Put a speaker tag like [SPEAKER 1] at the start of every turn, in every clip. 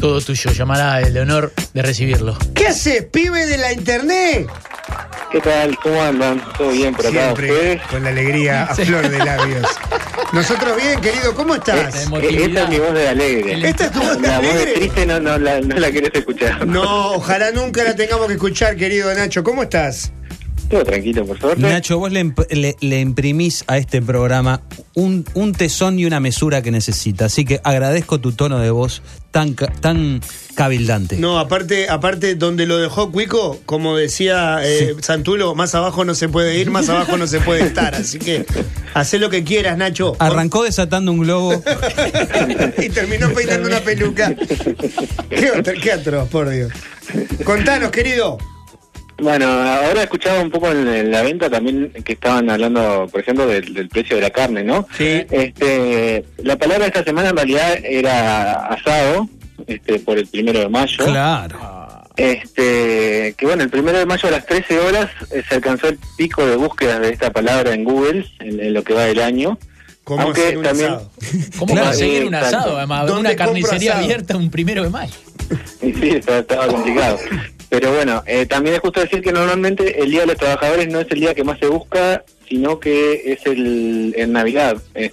[SPEAKER 1] todo tuyo. Llamará el honor de recibirlo.
[SPEAKER 2] ¿Qué haces, pibe de la internet?
[SPEAKER 3] ¿Qué tal? ¿Cómo andan? ¿Todo bien por acá?
[SPEAKER 2] Siempre
[SPEAKER 3] ¿Ustedes?
[SPEAKER 2] con la alegría a flor de labios. Nosotros bien, querido, ¿cómo estás?
[SPEAKER 1] Tenemos-
[SPEAKER 3] Eh, Esta es mi voz de
[SPEAKER 1] El-
[SPEAKER 3] alegre.
[SPEAKER 2] Esta es tu voz de
[SPEAKER 3] La voz de
[SPEAKER 2] alegre.
[SPEAKER 3] triste no, no, la, no la querés escuchar.
[SPEAKER 2] No, ojalá nunca la tengamos que escuchar, querido Nacho. ¿Cómo estás?
[SPEAKER 3] Todo tranquilo, por suerte.
[SPEAKER 4] Nacho, vos le, imp- le- le imprimís a este programa un, un tesón y una mesura que necesita. Así que agradezco tu tono de voz tan, ca- tan cabildante.
[SPEAKER 2] No, aparte, aparte donde lo dejó Cuico, como decía eh, Santulo, más abajo no se puede ir, más abajo no se puede estar. Así que hacé lo que quieras, Nacho.
[SPEAKER 4] Arrancó desatando un globo.
[SPEAKER 2] y terminó peinando una peluca. Qué, atro- qué atroz, por Dios. Contanos, querido.
[SPEAKER 3] Bueno, ahora escuchaba un poco en, en la venta también que estaban hablando, por ejemplo, del, del precio de la carne, ¿no?
[SPEAKER 2] Sí.
[SPEAKER 3] Este, la palabra esta semana en realidad era asado, este, por el primero de mayo.
[SPEAKER 4] claro.
[SPEAKER 3] Este, que bueno, el primero de mayo a las 13 horas eh, se alcanzó el pico de búsquedas de esta palabra en Google, en, en lo que va del año.
[SPEAKER 2] ¿Cómo
[SPEAKER 3] Aunque
[SPEAKER 2] hacer un
[SPEAKER 3] también-
[SPEAKER 2] asado?
[SPEAKER 1] ¿Cómo
[SPEAKER 4] Claro,
[SPEAKER 1] conseguir un
[SPEAKER 3] exacto.
[SPEAKER 1] asado? Además,
[SPEAKER 2] ¿Dónde
[SPEAKER 1] una
[SPEAKER 2] compro
[SPEAKER 1] carnicería
[SPEAKER 2] asado?
[SPEAKER 1] abierta un primero de mayo.
[SPEAKER 3] Y sí, está- estaba complicado. Pero bueno, eh, también es justo decir que normalmente el Día de los Trabajadores no es el día que más se busca, sino que es el en Navidad. eh,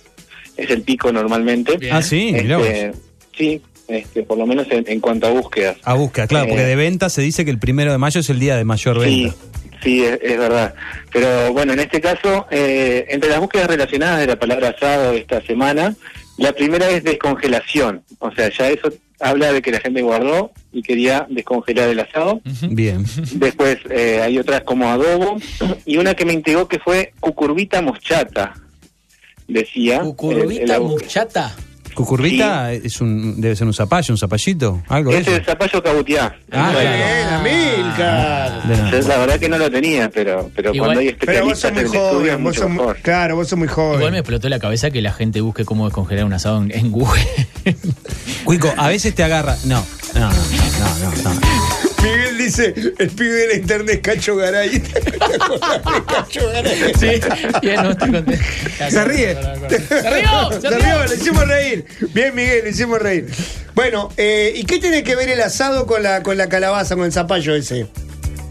[SPEAKER 3] es el pico normalmente.
[SPEAKER 1] Bien.
[SPEAKER 4] Ah, sí, mirá vos.
[SPEAKER 3] Este, sí, este, por lo menos en, en cuanto a búsquedas.
[SPEAKER 4] A busca, claro, porque
[SPEAKER 3] Eh.
[SPEAKER 4] de venta se dice que el primero de mayo es el día de mayor
[SPEAKER 3] Sí,
[SPEAKER 4] venta.
[SPEAKER 3] sí, es, es verdad. Pero bueno, en este caso, eh, entre las búsquedas relacionadas de la palabra asado de esta semana, la primera es descongelación. O sea, ya eso habla de que la gente guardó y quería descongelar el asado.
[SPEAKER 4] Bien.
[SPEAKER 3] Después eh, hay otras como adobo y una que me intrigó que fue cucurbita moschata, decía. el- el
[SPEAKER 1] Cucurbita,
[SPEAKER 3] abu-
[SPEAKER 1] muchata.
[SPEAKER 4] Cucurbita es un, debe ser un zapallo, un zapallito, Ah, algo de
[SPEAKER 3] Es el
[SPEAKER 4] eso.
[SPEAKER 3] zapallo cabutiá.
[SPEAKER 4] Ah,
[SPEAKER 2] Muy
[SPEAKER 4] claro.
[SPEAKER 2] bien, Amilcar.
[SPEAKER 4] De nada.
[SPEAKER 3] Entonces, la verdad que no lo tenía, pero, pero
[SPEAKER 1] Igual-
[SPEAKER 3] cuando hay
[SPEAKER 2] Pero vos
[SPEAKER 3] especialistas
[SPEAKER 2] sos
[SPEAKER 3] en el
[SPEAKER 2] muy
[SPEAKER 3] estudio es
[SPEAKER 2] joven, vos
[SPEAKER 3] mucho
[SPEAKER 2] sos muy-
[SPEAKER 3] mejor.
[SPEAKER 2] claro, vos sos muy
[SPEAKER 1] Igual me
[SPEAKER 2] joven.
[SPEAKER 1] explotó la cabeza que la gente busque cómo descongelar un asado en- en Google.
[SPEAKER 4] Cuico, a veces te agarra. No, no, no, no, no. no.
[SPEAKER 2] Miguel dice, el pibe de la internet es Cacho Garay. ¿Te acordás de Cacho Garay?
[SPEAKER 1] Sí, bien, no estoy contento.
[SPEAKER 2] Se ríe.
[SPEAKER 1] Se rió, se
[SPEAKER 2] Se
[SPEAKER 1] rió.
[SPEAKER 2] rió, le hicimos reír. Bien, Miguel, le hicimos reír. Bueno, eh, ¿y qué tiene que ver el asado con la, con la calabaza, con el zapallo ese?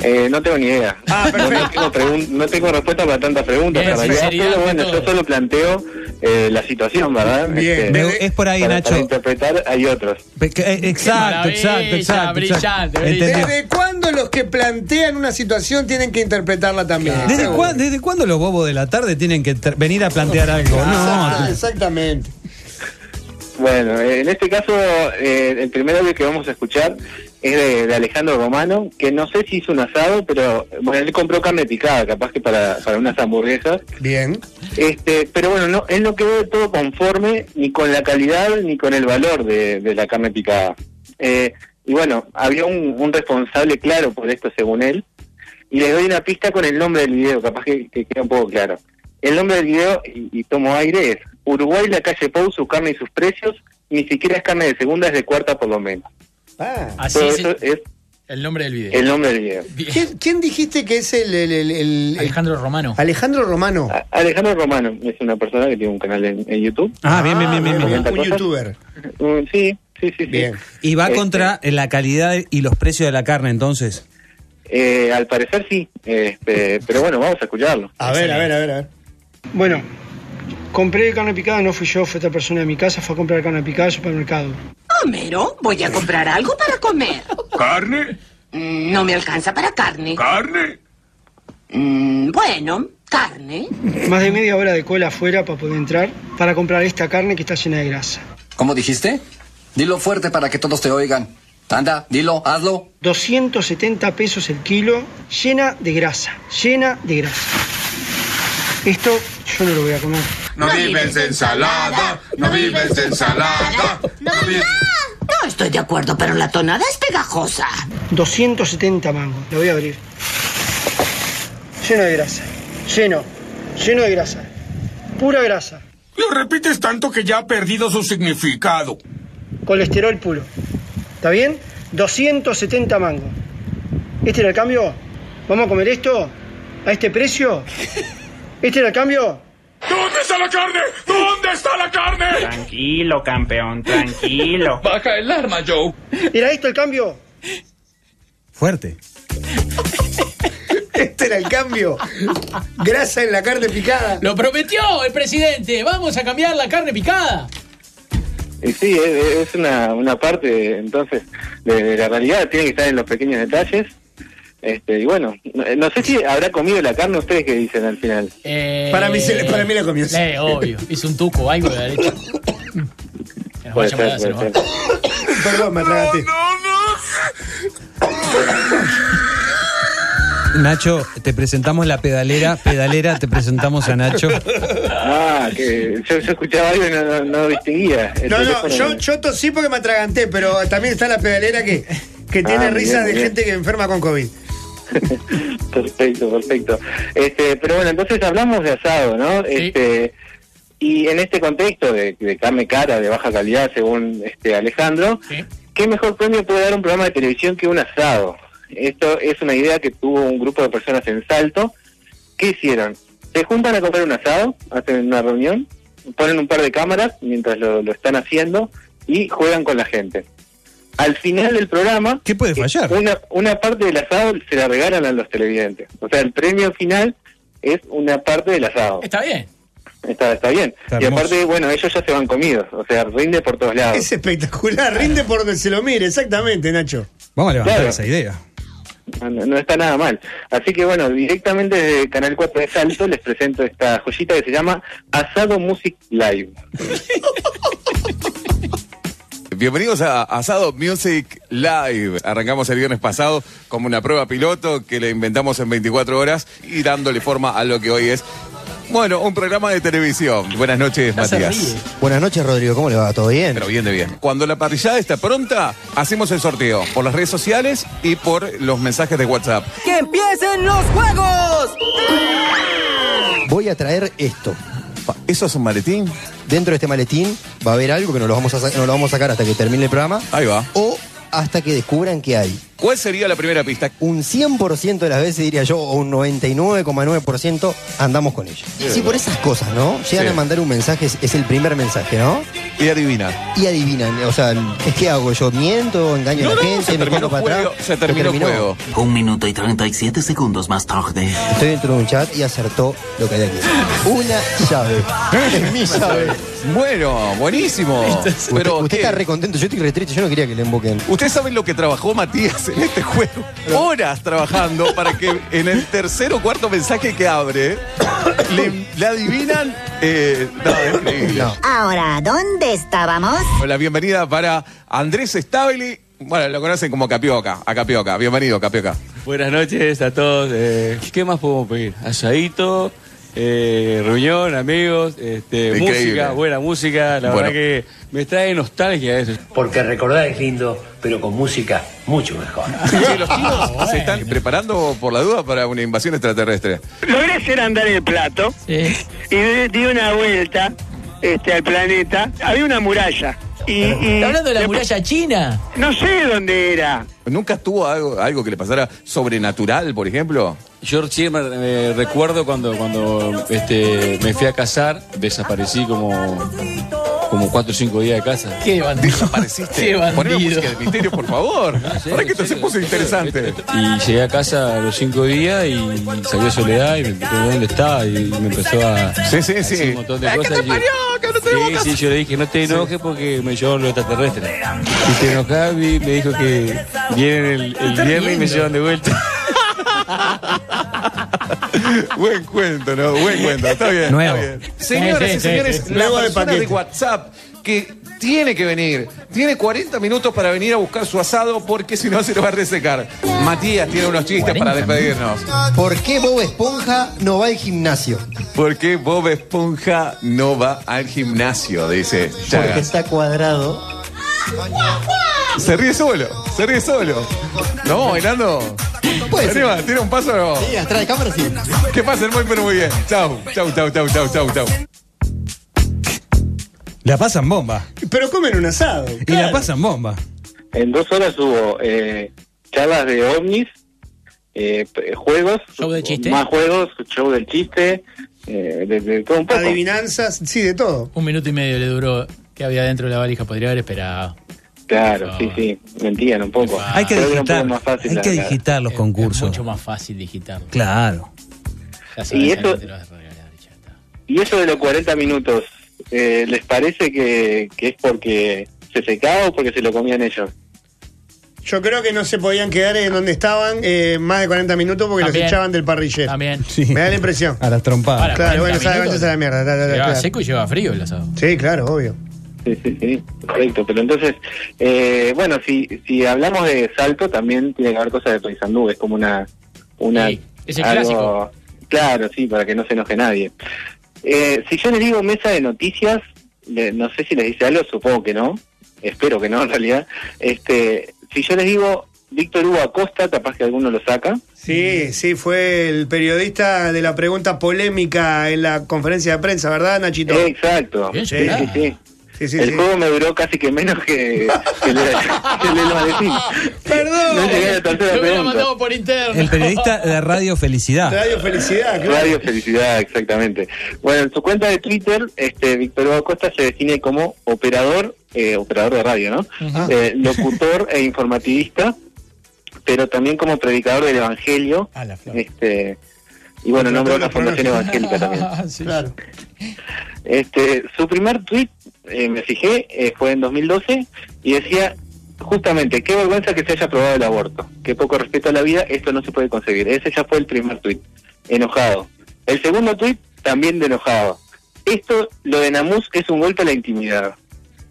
[SPEAKER 3] Eh, no tengo ni idea.
[SPEAKER 2] Ah,
[SPEAKER 3] No-
[SPEAKER 2] perfecto.
[SPEAKER 3] No tengo, pregun- no tengo respuesta para tantas preguntas.
[SPEAKER 1] Bien,
[SPEAKER 3] en realidad,
[SPEAKER 1] sinceridad
[SPEAKER 3] pero bueno,
[SPEAKER 1] ante
[SPEAKER 3] yo
[SPEAKER 1] todo.
[SPEAKER 3] solo planteo eh, la situación, ¿verdad? Este,
[SPEAKER 2] Bien.
[SPEAKER 4] Me- es por ahí,
[SPEAKER 3] para, para
[SPEAKER 4] Nacho.
[SPEAKER 3] interpretar hay otros.
[SPEAKER 4] Pe- que- eh, Exacto, exacto,
[SPEAKER 1] Maravilla,
[SPEAKER 4] exacto.
[SPEAKER 1] brillante,
[SPEAKER 4] exacto.
[SPEAKER 1] brillante.
[SPEAKER 4] Entendió.
[SPEAKER 2] ¿Desde cuándo los que plantean una situación tienen que interpretarla también?
[SPEAKER 4] ¿Desde,
[SPEAKER 2] Seguro.
[SPEAKER 4] cuán- desde cuándo los bobos de la tarde tienen que tra- venir a plantear algo?
[SPEAKER 2] Ah,
[SPEAKER 4] No,
[SPEAKER 2] exactamente.
[SPEAKER 3] Bueno, eh, en este caso, eh, el primer audio que vamos a escuchar es de, de Alejandro Romano, que no sé si hizo un asado, pero bueno, él compró carne picada, capaz que para, para unas hamburguesas.
[SPEAKER 2] Bien.
[SPEAKER 3] Este, pero bueno, no, él no quedó de todo conforme ni con la calidad ni con el valor de, de la carne picada. Eh, y bueno, había un, un responsable claro por esto según él. Y les doy una pista con el nombre del video, capaz que, que queda un poco claro. El nombre del video, y, y tomo aire, es Uruguay, la calle Pou, su carne y sus precios. Ni siquiera es carne de segunda, es de cuarta por lo menos.
[SPEAKER 2] Ah.
[SPEAKER 1] Así
[SPEAKER 3] Todo
[SPEAKER 1] es
[SPEAKER 3] eso es
[SPEAKER 1] el nombre del video.
[SPEAKER 3] el nombre del video.
[SPEAKER 1] Bien.
[SPEAKER 2] ¿Quién, quién dijiste que es el, el- el- el- el-
[SPEAKER 1] Alejandro Romano.
[SPEAKER 2] Alejandro Romano?
[SPEAKER 3] A- Alejandro Romano es una persona que tiene un canal en, en YouTube.
[SPEAKER 4] Ah, bien, bien, bien, bien, bien.
[SPEAKER 2] Un youtuber.
[SPEAKER 3] Mm, sí, sí, sí. sí.
[SPEAKER 2] Bien.
[SPEAKER 4] Y va
[SPEAKER 3] Este,
[SPEAKER 4] contra la calidad y los precios de la carne, entonces.
[SPEAKER 3] Eh, al parecer sí, este, pero bueno, vamos a escucharlo.
[SPEAKER 2] A ver, a ver, a ver, a ver.
[SPEAKER 5] Bueno, compré carne picada, no fui yo, fue otra persona de mi casa, fue a comprar carne picada al supermercado.
[SPEAKER 6] Homero, Ah, voy a comprar algo para comer.
[SPEAKER 7] ¿Carne?
[SPEAKER 6] Mm, No me alcanza para carne.
[SPEAKER 7] ¿Carne?
[SPEAKER 6] Mm, Bueno, carne.
[SPEAKER 5] Más de media hora de cola afuera para poder entrar, para comprar esta carne que está llena de grasa.
[SPEAKER 8] ¿Cómo dijiste? Dilo fuerte para que todos te oigan. Anda, dilo, hazlo.
[SPEAKER 5] 270 pesos el kilo, llena de grasa, llena de grasa. Esto yo no lo voy a comer.
[SPEAKER 7] No vives de ensalada, no vives de ensalada. No vives...
[SPEAKER 6] No estoy de acuerdo, pero la tonada es pegajosa.
[SPEAKER 5] 270 mangos, la voy a abrir. Lleno de grasa, lleno, lleno de grasa, pura grasa,
[SPEAKER 7] Lo repites tanto que ya ha perdido su significado.
[SPEAKER 5] colesterol puro. ¿Está bien? 270 mangos. ¿Este era el cambio? ¿Vamos a comer esto? ¿A este precio? ¿Este era el cambio?
[SPEAKER 7] ¿Dónde está la carne? ¿Dónde está la carne?
[SPEAKER 9] Tranquilo, campeón, tranquilo.
[SPEAKER 7] Baja el arma, Joe.
[SPEAKER 5] ¿Era esto el cambio?
[SPEAKER 4] Fuerte.
[SPEAKER 2] Este era el cambio. Grasa en la carne picada.
[SPEAKER 1] Lo prometió el presidente. Vamos a cambiar la carne picada.
[SPEAKER 3] Y sí, es, es una, una parte, entonces, de, de la realidad, tiene que estar en los pequeños detalles. Este, y bueno, no, no sé si habrá comido la carne ustedes que dicen al final.
[SPEAKER 1] Eh,
[SPEAKER 2] Para mí se le- para mí la comió.
[SPEAKER 1] Eh, obvio. Hizo un tuco, algo de haber hecho. Se nos va a
[SPEAKER 3] Puede
[SPEAKER 1] llamar,
[SPEAKER 3] ser,
[SPEAKER 1] se nos va.
[SPEAKER 3] puede ser.
[SPEAKER 2] Perdón, me atraganté.
[SPEAKER 4] Nacho, te presentamos la pedalera. Pedalera, te presentamos a Nacho.
[SPEAKER 3] Ah, que yo, yo escuchaba algo y no, no, no distinguía. El
[SPEAKER 2] No, no,
[SPEAKER 3] teléfono
[SPEAKER 2] yo,
[SPEAKER 3] me-
[SPEAKER 2] yo tosí porque me atraganté, pero también está la pedalera que, que tiene
[SPEAKER 3] Ah, bien,
[SPEAKER 2] risas de
[SPEAKER 3] bien.
[SPEAKER 2] gente que enferma con COVID.
[SPEAKER 3] Perfecto, perfecto. Este, pero bueno, entonces hablamos de asado, ¿no? Este, y en este contexto de, de carne cara, de baja calidad, según este Alejandro,
[SPEAKER 1] Sí.
[SPEAKER 3] ¿qué mejor premio puede dar un programa de televisión que un asado? Esto es una idea que tuvo un grupo de personas en Salto. ¿Qué hicieron? Se juntan a comprar un asado, hacen una reunión, ponen un par de cámaras mientras lo, lo están haciendo y juegan con la gente. Al final del programa,
[SPEAKER 4] ¿Qué puede fallar?
[SPEAKER 3] una, una parte del asado se la regalan a los televidentes. O sea, el premio final es una parte del asado.
[SPEAKER 1] Está bien.
[SPEAKER 3] Está, está bien.
[SPEAKER 4] Está
[SPEAKER 3] y
[SPEAKER 4] hermoso.
[SPEAKER 3] aparte, bueno, ellos ya se van comidos. O sea, rinde por todos lados.
[SPEAKER 2] Es espectacular, rinde por donde se lo mire, exactamente, Nacho.
[SPEAKER 4] Vamos a levantar
[SPEAKER 3] Claro.
[SPEAKER 4] esa idea.
[SPEAKER 3] No, no está nada mal. Así que, bueno, directamente desde Canal 4 de Salto les presento esta joyita que se llama Asado Music Live.
[SPEAKER 10] Bienvenidos a Asado Music Live. Arrancamos el viernes pasado como una prueba piloto que le inventamos en 24 horas y dándole forma a lo que hoy es. Bueno, un programa de televisión. Buenas noches,
[SPEAKER 1] Ya se
[SPEAKER 10] Matías.
[SPEAKER 1] ríe.
[SPEAKER 11] Buenas noches, Rodrigo. ¿Cómo le va? ¿Todo bien?
[SPEAKER 10] Pero bien de bien. Cuando la parrillada está pronta, hacemos el sorteo por las redes sociales y por los mensajes de WhatsApp.
[SPEAKER 6] ¡Que empiecen los juegos!
[SPEAKER 11] Voy a traer esto.
[SPEAKER 10] Pa, ¿Eso es un maletín?
[SPEAKER 11] Dentro de este maletín va a haber algo que no lo vamos a, sa- no lo vamos a sacar hasta que termine el programa.
[SPEAKER 10] Ahí va.
[SPEAKER 11] O hasta que descubran que hay.
[SPEAKER 10] ¿Cuál sería la primera pista?
[SPEAKER 11] Un 100% de las veces, diría yo, o un 99,9% andamos con ella. Si por esas cosas, ¿no? Llegan a
[SPEAKER 10] Sí.
[SPEAKER 11] mandar un mensaje, es- es el primer mensaje, ¿no?
[SPEAKER 10] Y adivina.
[SPEAKER 11] Y adivinan, o sea, ¿es que hago? ¿Yo miento? ¿Engaño
[SPEAKER 10] No,
[SPEAKER 11] a la
[SPEAKER 10] no,
[SPEAKER 11] gente?
[SPEAKER 10] se
[SPEAKER 11] ¿Me
[SPEAKER 10] terminó
[SPEAKER 11] tiro
[SPEAKER 10] el
[SPEAKER 11] para
[SPEAKER 10] juego.
[SPEAKER 11] atrás?
[SPEAKER 10] Se
[SPEAKER 11] ¿Lo
[SPEAKER 10] terminó el juego.
[SPEAKER 9] Un minuto y 37 segundos más tarde.
[SPEAKER 11] Estoy dentro de un chat y acertó lo que hay aquí. Una llave. Es mi llave.
[SPEAKER 10] Bueno, buenísimo.
[SPEAKER 11] Pero
[SPEAKER 10] Pero,
[SPEAKER 11] usted,
[SPEAKER 10] ¿qué?
[SPEAKER 11] está re contento, yo estoy re triste, yo no quería que le emboquen.
[SPEAKER 10] Ustedes saben lo que trabajó Matías en este juego. Horas trabajando para que en el tercer o cuarto mensaje que abre le, le adivinan. eh, no, es increíble.
[SPEAKER 11] No.
[SPEAKER 6] Ahora, ¿dónde estábamos?
[SPEAKER 10] La bienvenida para Andrés Stabile. Bueno, lo conocen como Capioca. A Capioca. Bienvenido, Capioca.
[SPEAKER 9] Buenas noches a todos. eh, ¿Qué más podemos pedir? Asadito, eh, reunión, amigos, este,
[SPEAKER 10] Increíble.
[SPEAKER 9] música, buena música. La
[SPEAKER 10] Bueno.
[SPEAKER 9] verdad que me trae nostalgia eso.
[SPEAKER 5] Porque recordar es lindo, pero con música mucho mejor.
[SPEAKER 10] Che, los chicos se están preparando por la duda para una invasión extraterrestre.
[SPEAKER 9] Logré hacer andar el plato
[SPEAKER 1] Sí.
[SPEAKER 9] y di una vuelta este, al planeta. Había una muralla. Y,
[SPEAKER 1] Está hablando Eh, de la muralla china.
[SPEAKER 9] No sé dónde era.
[SPEAKER 10] ¿Nunca tuvo algo, algo que le pasara sobrenatural, por ejemplo?
[SPEAKER 9] Yo siempre eh, recuerdo cuando, cuando este, me fui a casar, desaparecí como, como cuatro o cinco días de casa.
[SPEAKER 1] Qué bandido. Qué
[SPEAKER 10] Desapareciste. Poneme
[SPEAKER 1] bandido.
[SPEAKER 10] música de misterio, por favor. Ahora que esto se puso interesante.
[SPEAKER 9] Y llegué a casa a los cinco días y salió Soledad y me preguntó dónde estaba y me empezó a
[SPEAKER 10] Sí, sí,
[SPEAKER 9] a decir
[SPEAKER 10] sí.
[SPEAKER 9] un montón de
[SPEAKER 10] ¿Qué
[SPEAKER 9] cosas.
[SPEAKER 10] te
[SPEAKER 9] y
[SPEAKER 10] parió? ¿Que no tenemos
[SPEAKER 9] sí, sí, yo le dije, no te enojes porque me llevan los extraterrestres.
[SPEAKER 10] Ah,
[SPEAKER 9] Y te enojás y me dijo que vienen el, el viernes y me llevan de vuelta.
[SPEAKER 10] Buen cuento, ¿no? Buen cuento. Está bien.
[SPEAKER 4] Nuevo.
[SPEAKER 10] está bien. Señoras
[SPEAKER 1] sí, sí,
[SPEAKER 10] y señores,
[SPEAKER 1] sí,
[SPEAKER 2] sí.
[SPEAKER 10] la
[SPEAKER 2] Nuevo de
[SPEAKER 10] persona de,
[SPEAKER 2] paquete.
[SPEAKER 10] WhatsApp que tiene que venir. Tiene 40 minutos para venir a buscar su asado porque si no se lo va a resecar. Matías tiene unos chistes para
[SPEAKER 1] 40
[SPEAKER 10] despedirnos.
[SPEAKER 11] ¿Por qué Bob Esponja no va al gimnasio?
[SPEAKER 10] ¿Por qué Bob Esponja no va al gimnasio? Dice
[SPEAKER 11] Porque
[SPEAKER 10] Chagas.
[SPEAKER 11] está cuadrado.
[SPEAKER 10] Se ríe solo. Se ríe solo. ¿No vamos bailando?
[SPEAKER 11] Puede ser.
[SPEAKER 10] Arriba, tira un paso. No?
[SPEAKER 11] Sí, atrás de cámara sí.
[SPEAKER 10] Que pasen muy, pero muy bien. Chau, chau, chau, chau, chau, chau, chau.
[SPEAKER 4] La pasan bomba.
[SPEAKER 2] Pero comen un asado.
[SPEAKER 4] Y la
[SPEAKER 2] claro.
[SPEAKER 4] pasan bomba.
[SPEAKER 3] En dos horas hubo eh, charlas de ovnis, eh, p- juegos,
[SPEAKER 1] Show de chiste.
[SPEAKER 3] más juegos, show del chiste, eh, de, de todo un poco.
[SPEAKER 2] Adivinanzas, sí, de todo.
[SPEAKER 1] Un minuto y medio le duró que había dentro de la valija, podría haber esperado.
[SPEAKER 3] Claro, sí,
[SPEAKER 9] Ah.
[SPEAKER 3] sí, mentían un poco.
[SPEAKER 4] Hay que
[SPEAKER 3] Creo era un poco
[SPEAKER 4] digitar,
[SPEAKER 3] más fácil
[SPEAKER 4] hay
[SPEAKER 3] la-
[SPEAKER 4] que
[SPEAKER 3] la-
[SPEAKER 4] digitar los concursos.
[SPEAKER 1] Mucho más fácil digitarlo.
[SPEAKER 4] Claro.
[SPEAKER 1] Ya sabes,
[SPEAKER 3] Y
[SPEAKER 1] ya
[SPEAKER 3] eso,
[SPEAKER 1] te lo vas a regalar.
[SPEAKER 3] y eso de los 40 minutos, eh, ¿les parece que, que es porque se secaba o porque se lo comían ellos?
[SPEAKER 2] Yo creo que no se podían quedar en donde estaban eh, más de 40 minutos porque
[SPEAKER 1] También.
[SPEAKER 2] los echaban del parrillero.
[SPEAKER 1] También.
[SPEAKER 2] Me da la impresión.
[SPEAKER 4] A las trompadas.
[SPEAKER 1] Para,
[SPEAKER 2] claro,
[SPEAKER 1] 40
[SPEAKER 2] bueno, esa
[SPEAKER 1] minutos.
[SPEAKER 2] es la mierda. ta, ta, ta,
[SPEAKER 1] Lleva
[SPEAKER 2] claro.
[SPEAKER 1] seco y lleva frío el asado.
[SPEAKER 2] Sí, claro, obvio.
[SPEAKER 3] Sí, sí, sí, correcto. Pero entonces, eh, bueno, si, si hablamos de salto, también tiene que haber cosas de Paysandú, es como una... una
[SPEAKER 1] Sí, es el
[SPEAKER 3] algo-
[SPEAKER 1] clásico.
[SPEAKER 3] Claro, sí, para que no se enoje nadie. Eh, si yo les digo mesa de noticias, le- no sé si les dice algo, supongo que no, espero que no en realidad. Este, si yo les digo Víctor Hugo Acosta, capaz que alguno lo saca.
[SPEAKER 2] Sí, sí, fue el periodista de la pregunta polémica en la conferencia de prensa, ¿verdad, Nachito?
[SPEAKER 3] Eh, exacto.
[SPEAKER 1] Bien,
[SPEAKER 3] Sí, sí, sí.
[SPEAKER 2] Sí, sí,
[SPEAKER 3] el
[SPEAKER 2] sí.
[SPEAKER 3] juego me duró casi que menos que, que el de que el de los vecinos.
[SPEAKER 2] Perdón.
[SPEAKER 3] No llegué a la tercera
[SPEAKER 1] Lo hubiera
[SPEAKER 3] pregunta.
[SPEAKER 1] mandado por interno.
[SPEAKER 4] El periodista de Radio Felicidad.
[SPEAKER 2] Radio Felicidad, claro.
[SPEAKER 3] Radio Felicidad, exactamente. Bueno, en su cuenta de Twitter, este Víctor Hugo Acosta se define como operador, eh, operador de radio, ¿no? Eh, locutor e informativista, pero también como predicador del Evangelio.
[SPEAKER 1] A la flor.
[SPEAKER 3] Este, y bueno,
[SPEAKER 2] Contrató
[SPEAKER 3] nombró una
[SPEAKER 2] los
[SPEAKER 3] fundación evangélica también.
[SPEAKER 1] Ah, sí.
[SPEAKER 2] Claro.
[SPEAKER 3] Este, su primer tweet, eh, me fijé, eh, fue en 2012 y decía justamente, qué vergüenza que se haya aprobado el aborto, qué poco respeto a la vida, esto no se puede conseguir. Ese ya fue el primer tweet, enojado. El segundo tweet, también de enojado. Esto, lo de Namus, es un golpe a la intimidad.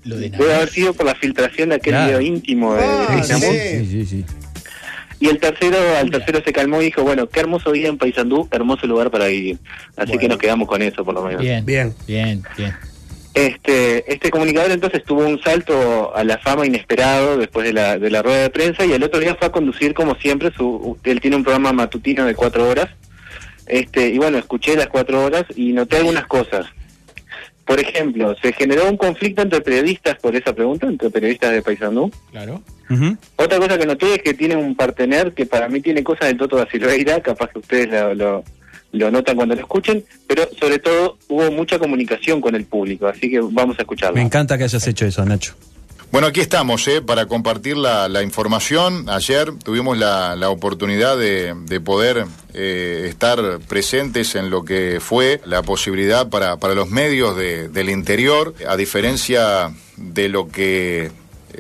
[SPEAKER 1] Lo de
[SPEAKER 3] Debe
[SPEAKER 1] nada.
[SPEAKER 3] haber sido por la filtración de aquel
[SPEAKER 4] Claro.
[SPEAKER 3] video íntimo de,
[SPEAKER 2] Ah,
[SPEAKER 3] de Namus.
[SPEAKER 2] sí.
[SPEAKER 4] sí, sí.
[SPEAKER 3] Y el tercero, al tercero se calmó y dijo, bueno, qué hermoso día en Paysandú, hermoso lugar para vivir. Así que nos quedamos con eso por lo menos.
[SPEAKER 1] Bien, bien,
[SPEAKER 2] Bien.
[SPEAKER 1] bien, bien.
[SPEAKER 3] Este, este comunicador entonces tuvo un salto a la fama inesperado después de la, de la rueda de prensa y el otro día fue a conducir como siempre, su, él tiene un programa matutino de cuatro horas, este, y bueno, escuché las cuatro horas y noté algunas cosas. Por ejemplo, se generó un conflicto entre periodistas por esa pregunta, entre periodistas de Paysandú.
[SPEAKER 1] Claro.
[SPEAKER 4] Ujú.
[SPEAKER 3] Otra cosa que noté es que tiene un partener que para mí tiene cosas de Toto da Silveira, capaz que ustedes lo, lo, lo notan cuando lo escuchen, pero sobre todo hubo mucha comunicación con el público, así que vamos a escucharlo.
[SPEAKER 4] Me encanta que hayas hecho eso, Nacho.
[SPEAKER 7] Bueno, aquí estamos eh, para compartir la, la información. Ayer tuvimos la, la oportunidad de, de poder eh, estar presentes en lo que fue la posibilidad para, para los medios de- del interior, a diferencia de lo que eh,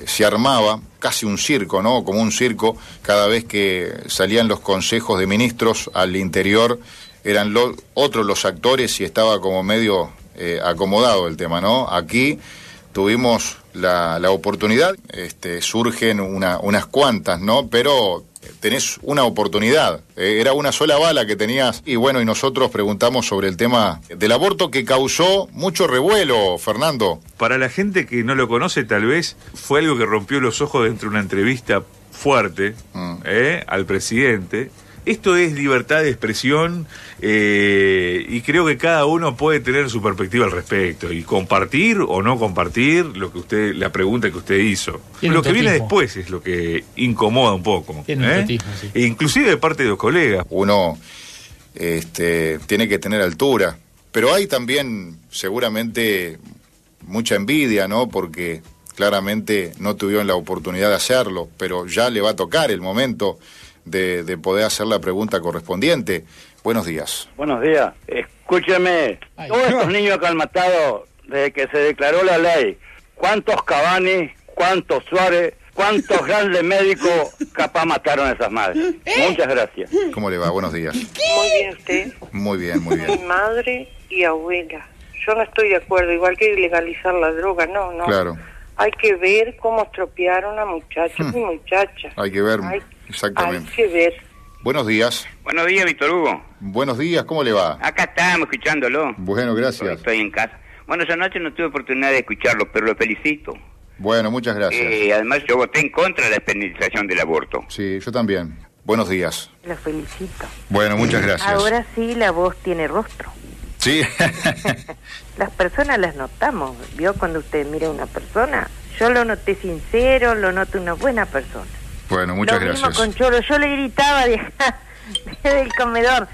[SPEAKER 7] se armaba casi un circo, ¿no? Como un circo, cada vez que salían los consejos de ministros al interior, eran lo- otros los actores y estaba como medio eh, acomodado el tema, ¿no? Aquí tuvimos la, la oportunidad, este, surgen una- unas cuantas, ¿no? Pero tenés una oportunidad, eh, era una sola bala que tenías y bueno, y nosotros preguntamos sobre el tema del aborto que causó mucho revuelo, Fernando.
[SPEAKER 12] Para la gente que no lo conoce, tal vez fue algo que rompió los ojos dentro de una entrevista fuerte
[SPEAKER 7] Mm.
[SPEAKER 12] ¿eh? al presidente. Esto es libertad de expresión eh, y creo que cada uno puede tener su perspectiva al respecto y compartir o no compartir lo que usted, la pregunta que usted hizo.
[SPEAKER 1] Tiene
[SPEAKER 12] Lo
[SPEAKER 1] un
[SPEAKER 12] que viene
[SPEAKER 1] totismo.
[SPEAKER 12] después es lo que incomoda un poco,
[SPEAKER 1] Tiene un
[SPEAKER 12] ¿eh?
[SPEAKER 1] totismo, sí.
[SPEAKER 12] E inclusive de parte de los colegas.
[SPEAKER 7] uno este, tiene que tener altura. Pero hay también seguramente mucha envidia, ¿no? Porque claramente no tuvieron la oportunidad de hacerlo, pero ya le va a tocar el momento de, de poder hacer la pregunta correspondiente. Buenos días.
[SPEAKER 13] Buenos días. Escúcheme,
[SPEAKER 1] Ay.
[SPEAKER 13] todos estos niños que han matado desde que se declaró la ley, ¿cuántos Cavani, cuántos Suárez, cuántos grandes médicos capaz mataron a esas madres? Muchas gracias.
[SPEAKER 7] ¿Cómo le va? Buenos días.
[SPEAKER 14] Muy bien usted,
[SPEAKER 7] Muy bien, muy
[SPEAKER 14] mi
[SPEAKER 7] bien.
[SPEAKER 14] madre y abuela. Yo no estoy de acuerdo, igual que legalizar la droga, no, no.
[SPEAKER 7] Claro,
[SPEAKER 14] Hay que ver cómo estropearon a muchachos
[SPEAKER 7] Hmm.
[SPEAKER 14] y muchachas.
[SPEAKER 7] hay que ver.
[SPEAKER 14] Hay- Hay
[SPEAKER 7] Exactamente.
[SPEAKER 14] que ver.
[SPEAKER 7] Buenos días.
[SPEAKER 13] Buenos días, Víctor Hugo.
[SPEAKER 7] Buenos días, ¿cómo le va?
[SPEAKER 13] Acá estamos escuchándolo.
[SPEAKER 7] Bueno, gracias.
[SPEAKER 13] Estoy en casa. Bueno, esa noche no tuve oportunidad de escucharlo, pero lo felicito.
[SPEAKER 7] Bueno, muchas gracias.
[SPEAKER 13] Eh, además, yo voté en contra de la penalización del aborto.
[SPEAKER 7] Sí, yo también. Buenos días.
[SPEAKER 15] La felicito.
[SPEAKER 7] Bueno, muchas gracias.
[SPEAKER 15] Ahora sí la voz tiene rostro.
[SPEAKER 7] Sí.
[SPEAKER 15] Las personas las notamos. ¿Vio cuando usted mira a una persona? Yo lo noté sincero, lo noté una buena persona.
[SPEAKER 7] bueno, muchas
[SPEAKER 15] lo mismo
[SPEAKER 7] gracias.
[SPEAKER 15] con Choro. Yo le gritaba de, desde el comedor.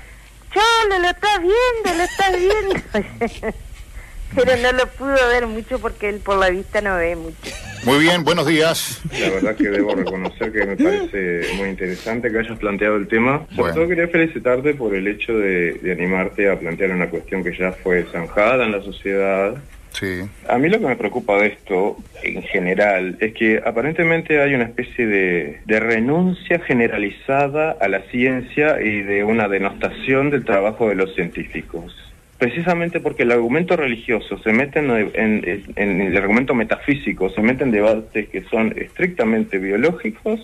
[SPEAKER 15] Cholo, lo estás viendo, lo estás viendo. Pero no lo pudo ver mucho porque él por la vista no ve mucho.
[SPEAKER 7] Muy bien, buenos días.
[SPEAKER 16] La verdad que debo reconocer que me parece muy interesante que hayas planteado el tema. Sobre
[SPEAKER 7] Bueno.
[SPEAKER 16] todo quería felicitarte por el hecho de, de animarte a plantear una cuestión que ya fue zanjada en la sociedad.
[SPEAKER 7] Sí.
[SPEAKER 16] A mí lo que me preocupa de esto, en general, es que aparentemente hay una especie de, de renuncia generalizada a la ciencia y de una denostación del trabajo de los científicos. Precisamente porque el argumento religioso se mete en, en- en el argumento metafísico, se mete en debates que son estrictamente biológicos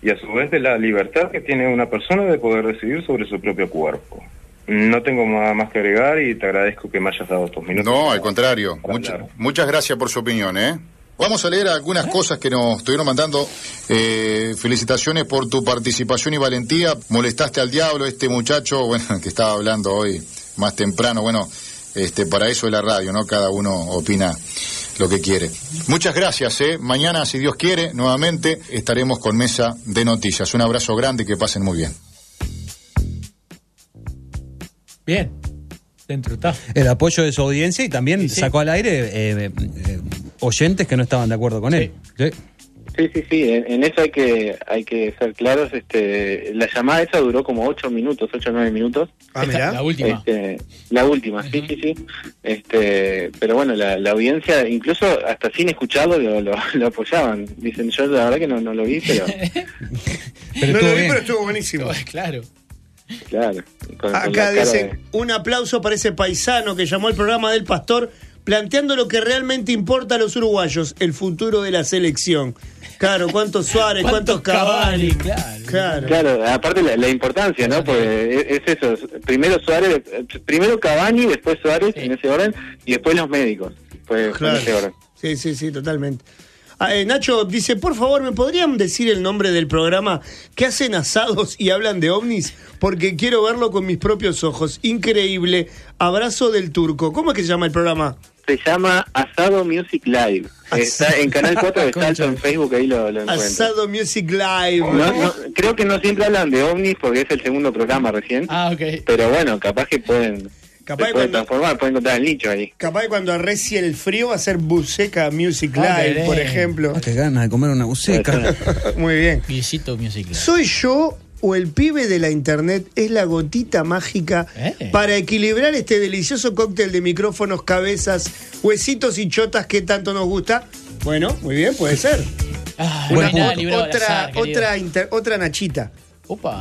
[SPEAKER 16] y a su vez de la libertad que tiene una persona de poder decidir sobre su propio cuerpo. No tengo nada más que agregar y te agradezco que me hayas dado estos minutos.
[SPEAKER 7] No, al contrario. Mucha- muchas gracias por su opinión, ¿eh? Vamos a leer algunas cosas que nos estuvieron mandando. Eh, felicitaciones por tu participación y valentía. Molestaste al diablo, este muchacho, bueno, que estaba hablando hoy más temprano. Bueno, este, para eso es la radio, ¿no? Cada uno opina lo que quiere. Muchas gracias, ¿eh? Mañana, si Dios quiere, nuevamente estaremos con Mesa de Noticias. Un abrazo grande y que pasen muy bien.
[SPEAKER 1] Bien. Dentro está.
[SPEAKER 4] El apoyo de su audiencia y también sacó al aire eh, eh, oyentes que no estaban de acuerdo con él. Sí.
[SPEAKER 3] Sí, sí, sí, en, en eso hay que hay que ser claros. Este, la llamada esa duró como ocho minutos, ocho o nueve minutos.
[SPEAKER 2] Ah, mirá. La última.
[SPEAKER 3] Este, la última, sí, sí, sí. Este, pero bueno, la, la audiencia, incluso hasta sin escucharlo, lo, lo- lo apoyaban. Dicen, yo la verdad que no, no lo vi, pero
[SPEAKER 2] no lo
[SPEAKER 3] estuvo
[SPEAKER 2] vi,
[SPEAKER 3] bien.
[SPEAKER 2] pero estuvo buenísimo. Claro.
[SPEAKER 3] claro. con- con la
[SPEAKER 2] Acá
[SPEAKER 3] cara
[SPEAKER 2] dicen,
[SPEAKER 3] de-
[SPEAKER 2] un aplauso para ese paisano que llamó al programa del pastor planteando lo que realmente importa a los uruguayos, el futuro de la selección. Claro, cuántos Suárez, cuántos, Cavani. Claro.
[SPEAKER 3] Claro, aparte la, la importancia, ¿no? Pues es, es eso. es- Primero Suárez, eh, primero Cavani, después Suárez en ese orden, y después los médicos. Pues
[SPEAKER 2] Claro.
[SPEAKER 3] en ese orden.
[SPEAKER 2] Sí, sí, sí, totalmente. Ah, eh, Nacho dice, por favor, ¿me podrían decir el nombre del programa que hacen asados y hablan de ovnis? Porque quiero verlo con mis propios ojos. Increíble. Abrazo del turco. ¿Cómo es que se llama el programa?
[SPEAKER 3] Se llama Asado Music Live. Está en Canal 4 de Salto en Facebook, ahí lo, lo encuentran.
[SPEAKER 2] Asado Music Live.
[SPEAKER 3] No, no, creo que no siempre hablan de ovnis porque es el segundo programa recién.
[SPEAKER 2] Ah, ok.
[SPEAKER 3] Pero bueno, capaz que pueden,
[SPEAKER 2] Capaz
[SPEAKER 3] se
[SPEAKER 2] que
[SPEAKER 3] pueden
[SPEAKER 2] cuando-
[SPEAKER 3] transformar, pueden encontrar el nicho ahí.
[SPEAKER 2] Capaz que cuando arrecie el frío va a ser Buseca Music
[SPEAKER 4] Ah,
[SPEAKER 2] Live,
[SPEAKER 4] qué
[SPEAKER 2] por
[SPEAKER 4] bien.
[SPEAKER 2] ejemplo.
[SPEAKER 4] Qué ganas de comer una buceca.
[SPEAKER 2] Muy bien.
[SPEAKER 1] Guisito Music Live.
[SPEAKER 2] ¿Soy yo o el pibe de la internet es la gotita mágica para equilibrar este delicioso cóctel de micrófonos, cabezas, huesitos y chotas que tanto nos gusta? Bueno, muy bien, puede ser.
[SPEAKER 1] Buen
[SPEAKER 2] Una-
[SPEAKER 1] punto. librado al
[SPEAKER 2] otra,
[SPEAKER 1] azar, querido.
[SPEAKER 2] otra, inter- otra nachita.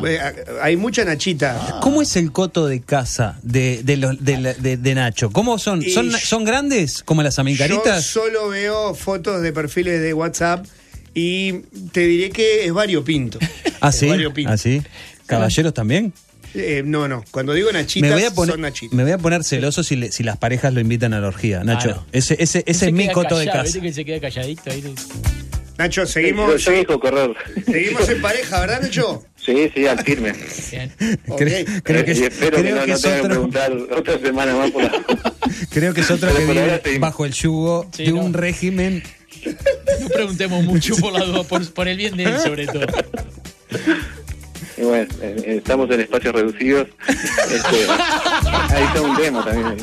[SPEAKER 2] Eh, a- Hay mucha nachita.
[SPEAKER 4] ¿Cómo es el coto de casa de, de, los- de la- de- de Nacho? ¿Cómo son?
[SPEAKER 2] Y
[SPEAKER 4] ¿Son,
[SPEAKER 2] yo-
[SPEAKER 4] son grandes como las amigaritas?
[SPEAKER 2] Yo solo veo fotos de perfiles de WhatsApp y te diré que es variopinto.
[SPEAKER 4] ¿Ah,
[SPEAKER 2] Es
[SPEAKER 4] sí?
[SPEAKER 2] variopinto.
[SPEAKER 4] ¿Ah, sí? ¿Caballeros también?
[SPEAKER 2] Eh, no, no. Cuando digo nachitas,
[SPEAKER 4] Me voy, a poner,
[SPEAKER 2] son nachitas.
[SPEAKER 4] me voy a poner celoso si, le- si las parejas lo invitan a la orgía, Nacho.
[SPEAKER 1] no.
[SPEAKER 4] Ese, ese, ese es mi
[SPEAKER 1] Queda
[SPEAKER 4] coto de
[SPEAKER 1] callado,
[SPEAKER 4] casa.
[SPEAKER 1] viste que se queda calladito ahí.
[SPEAKER 2] Nacho,
[SPEAKER 3] Yo-
[SPEAKER 2] seguimos.
[SPEAKER 3] Yo dejo correr.
[SPEAKER 2] Seguimos en pareja, ¿verdad, Nacho?
[SPEAKER 3] Sí, sí, al firme. Eh,
[SPEAKER 4] Creo- creo que-
[SPEAKER 3] y espero
[SPEAKER 4] creo
[SPEAKER 3] que no,
[SPEAKER 4] que
[SPEAKER 3] no
[SPEAKER 4] es
[SPEAKER 3] tengan que
[SPEAKER 4] otro-
[SPEAKER 3] preguntar otra semana más por la...
[SPEAKER 4] Creo que es otro que
[SPEAKER 3] Pero por ahora
[SPEAKER 4] vive bajo el yugo de un régimen.
[SPEAKER 1] No preguntemos mucho por la duda, por, por el bien de él sobre todo.
[SPEAKER 3] Y bueno, eh, eh, estamos en espacios reducidos. Este, ahí está un tema también.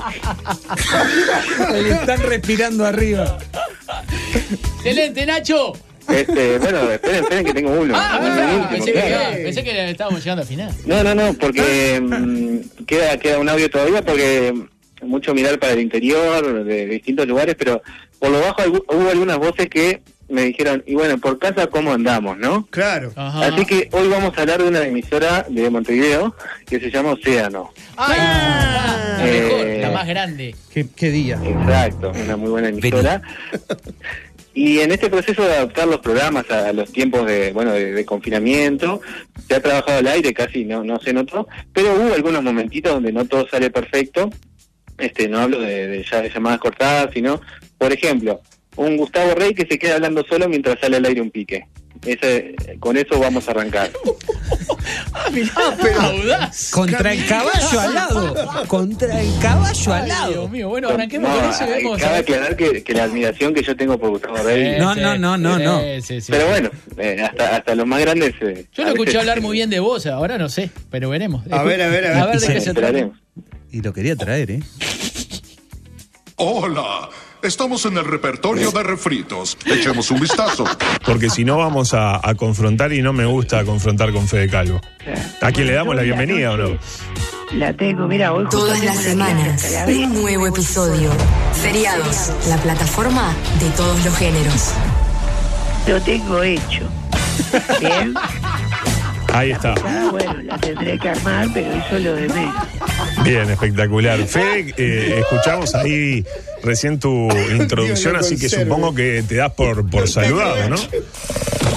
[SPEAKER 4] Le están respirando arriba.
[SPEAKER 1] ¡Excelente, Nacho!
[SPEAKER 3] Este, bueno, esperen, esperen que tengo uno.
[SPEAKER 1] Ah,
[SPEAKER 3] Uno
[SPEAKER 1] pensá,
[SPEAKER 3] último,
[SPEAKER 1] pensé, que,
[SPEAKER 3] claro.
[SPEAKER 1] ah, pensé que estábamos llegando al final.
[SPEAKER 3] No, no, no, porque mm, queda, queda un audio todavía porque mm, mucho mirar para el interior, de distintos lugares, pero por lo bajo algu- hubo algunas voces que me dijeron, y bueno, por casa cómo andamos, ¿no?
[SPEAKER 2] Claro.
[SPEAKER 3] Así que hoy vamos a hablar de una emisora de Montevideo que se llama Océano.
[SPEAKER 1] La mejor,
[SPEAKER 3] Eh,
[SPEAKER 1] la más grande.
[SPEAKER 4] ¿Qué, día?
[SPEAKER 3] Exacto, una muy buena emisora. Y en este proceso de adaptar los programas a, a los tiempos de, bueno, de, de confinamiento, se ha trabajado al aire, casi no, no se notó, pero hubo algunos momentitos donde no todo sale perfecto. Este, no hablo de, de ya de llamadas cortadas, sino, por ejemplo, un Gustavo Rey que se queda hablando solo mientras sale al aire un pique. Ese, con eso vamos a arrancar.
[SPEAKER 2] Ah, pero.
[SPEAKER 4] Contra el caballo al lado. Contra el caballo al lado.
[SPEAKER 1] Dios mío, bueno, arranquemos con eso y
[SPEAKER 3] hay-
[SPEAKER 1] vemos.
[SPEAKER 3] cabe aclarar que, que la admiración que yo tengo por Gustavo Rey.
[SPEAKER 4] No, no, no, no, no. sí, sí.
[SPEAKER 3] Pero bueno, eh, hasta, hasta los más grandes. eh,
[SPEAKER 1] Yo
[SPEAKER 3] a
[SPEAKER 1] lo escuché
[SPEAKER 3] veces-
[SPEAKER 1] hablar muy bien de vos, ahora no sé, pero veremos.
[SPEAKER 3] A ver, a ver, a ver.
[SPEAKER 1] A ver de qué
[SPEAKER 3] Sí,
[SPEAKER 1] se trata.
[SPEAKER 3] esperaremos.
[SPEAKER 4] Y lo quería traer, ¿eh?
[SPEAKER 17] Hola, estamos en el repertorio de refritos. Echemos un vistazo. Porque si no vamos a, a confrontar y no me gusta confrontar con Fede Calvo. ¿A quién le damos la bienvenida o no?
[SPEAKER 18] La tengo, mira, hoy
[SPEAKER 19] Todas las semanas, un nuevo episodio. Feriados, la plataforma de todos los géneros.
[SPEAKER 18] lo tengo hecho. Bien,
[SPEAKER 17] Ahí está.
[SPEAKER 18] ah, bueno, la tendré que armar, pero eso es lo de menos.
[SPEAKER 17] Bien, espectacular. Fede, eh, escuchamos ahí recién tu introducción,
[SPEAKER 18] lo
[SPEAKER 17] así que
[SPEAKER 18] conserve.
[SPEAKER 17] supongo que te das por, por saludado, ¿no?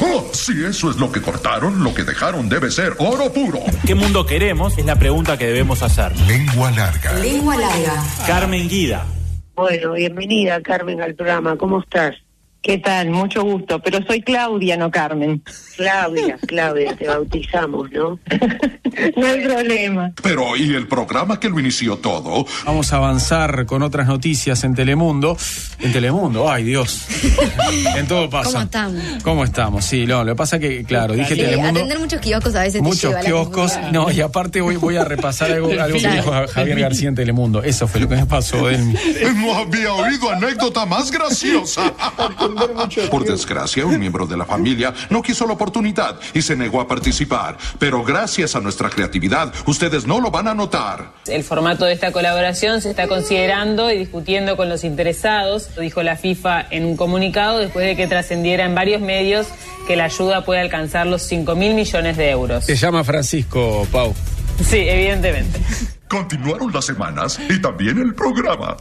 [SPEAKER 20] Oh, si eso es lo que cortaron, lo que dejaron debe ser oro puro.
[SPEAKER 21] ¿Qué mundo queremos? Es la pregunta que debemos hacer. Lengua larga.
[SPEAKER 19] Lengua larga.
[SPEAKER 21] Carmen Guida.
[SPEAKER 18] Bueno, bienvenida, Carmen, al programa. ¿Cómo estás?
[SPEAKER 22] ¿Qué tal? Mucho gusto, pero soy Claudia, no Carmen.
[SPEAKER 18] Claudia, Claudia, te bautizamos, ¿no?
[SPEAKER 22] No hay problema.
[SPEAKER 20] Pero, ¿y el programa que lo inició todo?
[SPEAKER 23] Oh. Vamos a avanzar con otras noticias en Telemundo. En Telemundo, ay Dios. En todo pasa.
[SPEAKER 24] ¿Cómo estamos?
[SPEAKER 23] ¿Cómo estamos? Sí, no, lo que pasa que, claro, dije
[SPEAKER 24] Sí,
[SPEAKER 23] Telemundo.
[SPEAKER 24] atender muchos kioscos a veces te
[SPEAKER 23] Muchos
[SPEAKER 24] lleva a la
[SPEAKER 23] kioscos.
[SPEAKER 24] confusión.
[SPEAKER 23] No, y aparte hoy voy a repasar algo, algo que
[SPEAKER 24] Claro.
[SPEAKER 23] dijo Javier García en Telemundo. Eso fue lo que me pasó, Delmi.
[SPEAKER 20] No había oído anécdota más graciosa. Por desgracia, un miembro de la familia no quiso la oportunidad y se negó a participar. Pero gracias a nuestra creatividad, ustedes no lo van a notar.
[SPEAKER 25] El formato de esta colaboración se está considerando y discutiendo con los interesados, lo dijo la FIFA en un comunicado después de que trascendiera en varios medios que la ayuda puede alcanzar los 5 mil millones de euros.
[SPEAKER 23] Se llama Francisco Pau.
[SPEAKER 25] Sí, evidentemente.
[SPEAKER 20] Continuaron las semanas y también el programa.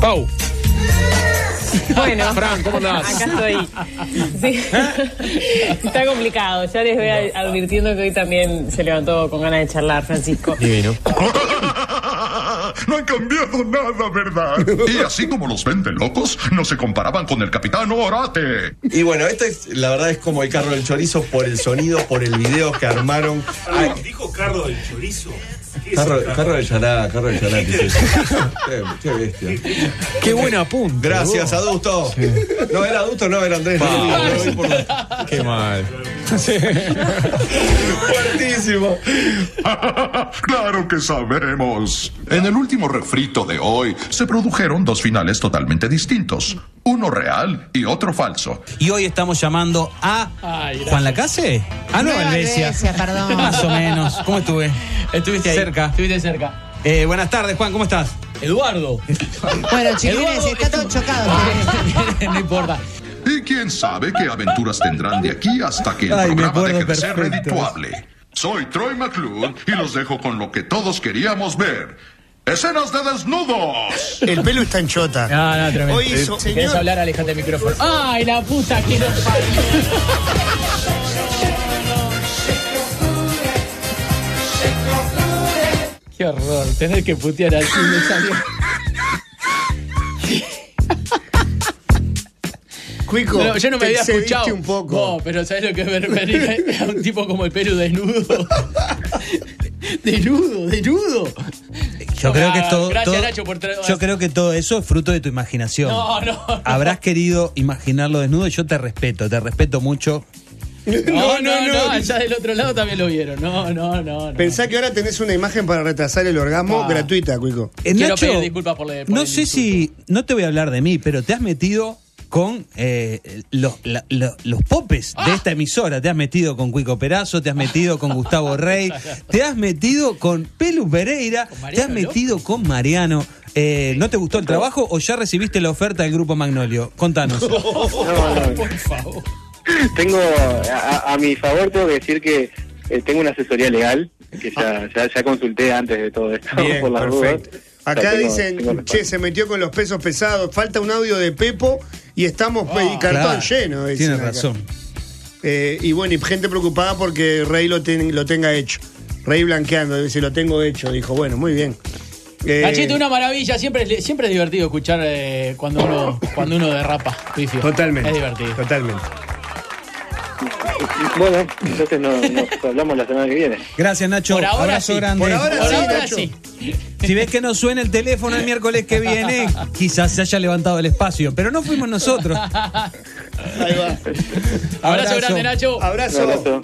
[SPEAKER 23] Pau.
[SPEAKER 25] Bueno,
[SPEAKER 23] Fran, ¿cómo andás?
[SPEAKER 25] Acá estoy. Sí. Está complicado, ya les voy a- advirtiendo que hoy también se levantó con ganas de charlar, Francisco.
[SPEAKER 23] Divino.
[SPEAKER 20] No han cambiado nada, ¿verdad? Y así como los venden locos, no se comparaban con el capitán Orate.
[SPEAKER 26] Y bueno, esto es, la verdad es como el carro del chorizo por el sonido, por el video que armaron. Ay,
[SPEAKER 27] ¿Dijo Cardo del chorizo?
[SPEAKER 26] carro, carro de Yaná, carro de Yaná, ¿qué es eso? Qué, qué bestia.
[SPEAKER 23] Qué buen apunte.
[SPEAKER 26] Gracias,
[SPEAKER 23] vos.
[SPEAKER 26] adusto. No era adusto, no era Andrés.
[SPEAKER 23] Pa.
[SPEAKER 26] No, no, no, por-
[SPEAKER 23] Qué mal.
[SPEAKER 20] Fuertísimo. claro que sabemos. En el último refrito de hoy se produjeron dos finales totalmente distintos. Uno real y otro falso.
[SPEAKER 4] Y hoy estamos llamando
[SPEAKER 1] Ah,
[SPEAKER 4] a Juan Lacase. A Nueva
[SPEAKER 24] Nueva
[SPEAKER 4] Albesia.
[SPEAKER 24] Albesia, perdón.
[SPEAKER 4] Más o menos. ¿Cómo estuve?
[SPEAKER 1] Estuviste ahí.
[SPEAKER 4] Cerca.
[SPEAKER 1] Estuviste cerca.
[SPEAKER 4] Eh, buenas tardes, Juan, ¿cómo estás?
[SPEAKER 1] Eduardo.
[SPEAKER 24] Bueno, chiquilines, está todo chocado.
[SPEAKER 1] no importa.
[SPEAKER 20] Y quién sabe qué aventuras tendrán de aquí hasta que el
[SPEAKER 26] Ay, me
[SPEAKER 20] programa
[SPEAKER 26] acuerdo
[SPEAKER 20] deje de ser
[SPEAKER 26] perfecto.
[SPEAKER 20] redituable. Soy Troy McClure y los dejo con lo que todos queríamos ver. Escenas de desnudos.
[SPEAKER 2] El pelo está en chota. No,
[SPEAKER 1] no, tremendo.
[SPEAKER 2] Hoy hizo,
[SPEAKER 1] Si querés
[SPEAKER 2] señor.
[SPEAKER 1] hablar, alejate del micrófono. ¡Ay, la puta que nos parió! Qué horror, tener que putear así me salió.
[SPEAKER 2] Cuico,
[SPEAKER 1] No, yo no me
[SPEAKER 2] te
[SPEAKER 1] había
[SPEAKER 2] excediste
[SPEAKER 1] escuchado.
[SPEAKER 2] un poco.
[SPEAKER 1] No, pero ¿sabes lo que me refería? A un tipo como el Perú desnudo. desnudo, desnudo.
[SPEAKER 4] Yo creo que
[SPEAKER 1] Ah,
[SPEAKER 4] todo.
[SPEAKER 1] Gracias,
[SPEAKER 4] todo-
[SPEAKER 1] Nacho, por traer.
[SPEAKER 4] Yo creo que todo eso es fruto de tu imaginación.
[SPEAKER 1] No, no.
[SPEAKER 4] Habrás querido imaginarlo desnudo y yo te respeto, te respeto mucho.
[SPEAKER 1] No, no, no, Allá del otro lado también lo vieron. No, no, no. no.
[SPEAKER 2] Pensá que ahora tenés una imagen para retrasar el orgasmo
[SPEAKER 1] Ah.
[SPEAKER 2] gratuita, Cuico.
[SPEAKER 4] Eh,
[SPEAKER 1] Quiero
[SPEAKER 4] Nacho,
[SPEAKER 1] pedir disculpas por, la- por
[SPEAKER 4] No
[SPEAKER 1] el
[SPEAKER 4] sé si. No te voy a hablar de mí, pero te has metido con eh, los, la- la- los popes
[SPEAKER 3] Ah.
[SPEAKER 4] de esta emisora. Te has metido con Cuico Perazo, te has metido con Gustavo Rey, te has metido con Pelu Pereira, te has metido con Mariano. Eh, ¿No te gustó el trabajo o ya recibiste la oferta del grupo Magnolio? Contanos.
[SPEAKER 1] Por favor.
[SPEAKER 3] Tengo, a, a- a mi favor, tengo que decir que eh, tengo una asesoría legal que ya, ya, ya consulté antes de todo esto.
[SPEAKER 2] Bien,
[SPEAKER 3] por las
[SPEAKER 2] perfecto.
[SPEAKER 3] dudas. O sea,
[SPEAKER 2] Acá
[SPEAKER 3] tengo-
[SPEAKER 2] dicen,
[SPEAKER 3] tengo respaldo.
[SPEAKER 2] che, se metió con los pesos pesados. Falta un audio de Pepo y
[SPEAKER 1] Ah.
[SPEAKER 2] estamos pe- y cartón
[SPEAKER 4] Claro,
[SPEAKER 2] lleno. dicen
[SPEAKER 4] tienes
[SPEAKER 2] acá.
[SPEAKER 4] razón.
[SPEAKER 2] Eh, y bueno, y gente preocupada porque Rey lo, ten- lo tenga hecho. Rey blanqueando, dice, lo tengo hecho. Dijo, bueno, muy bien. Eh,
[SPEAKER 1] Nachito, una maravilla. Siempre, es- siempre es divertido escuchar eh, cuando, uno, cuando uno derrapa. Pifio.
[SPEAKER 2] Totalmente.
[SPEAKER 1] Es divertido.
[SPEAKER 2] Totalmente.
[SPEAKER 3] Bueno, entonces nos, nos hablamos la semana que viene.
[SPEAKER 4] Gracias, Nacho.
[SPEAKER 3] Por ahora
[SPEAKER 4] Abrazo
[SPEAKER 3] sí.
[SPEAKER 4] grande.
[SPEAKER 3] Por ahora Por sí, ahora Nacho. sí.
[SPEAKER 4] Si ves que no suena el teléfono el miércoles que viene, quizás se haya levantado el espacio. Pero no fuimos nosotros.
[SPEAKER 1] Abrazo grande, Nacho.
[SPEAKER 2] Abrazo.
[SPEAKER 3] Un abrazo.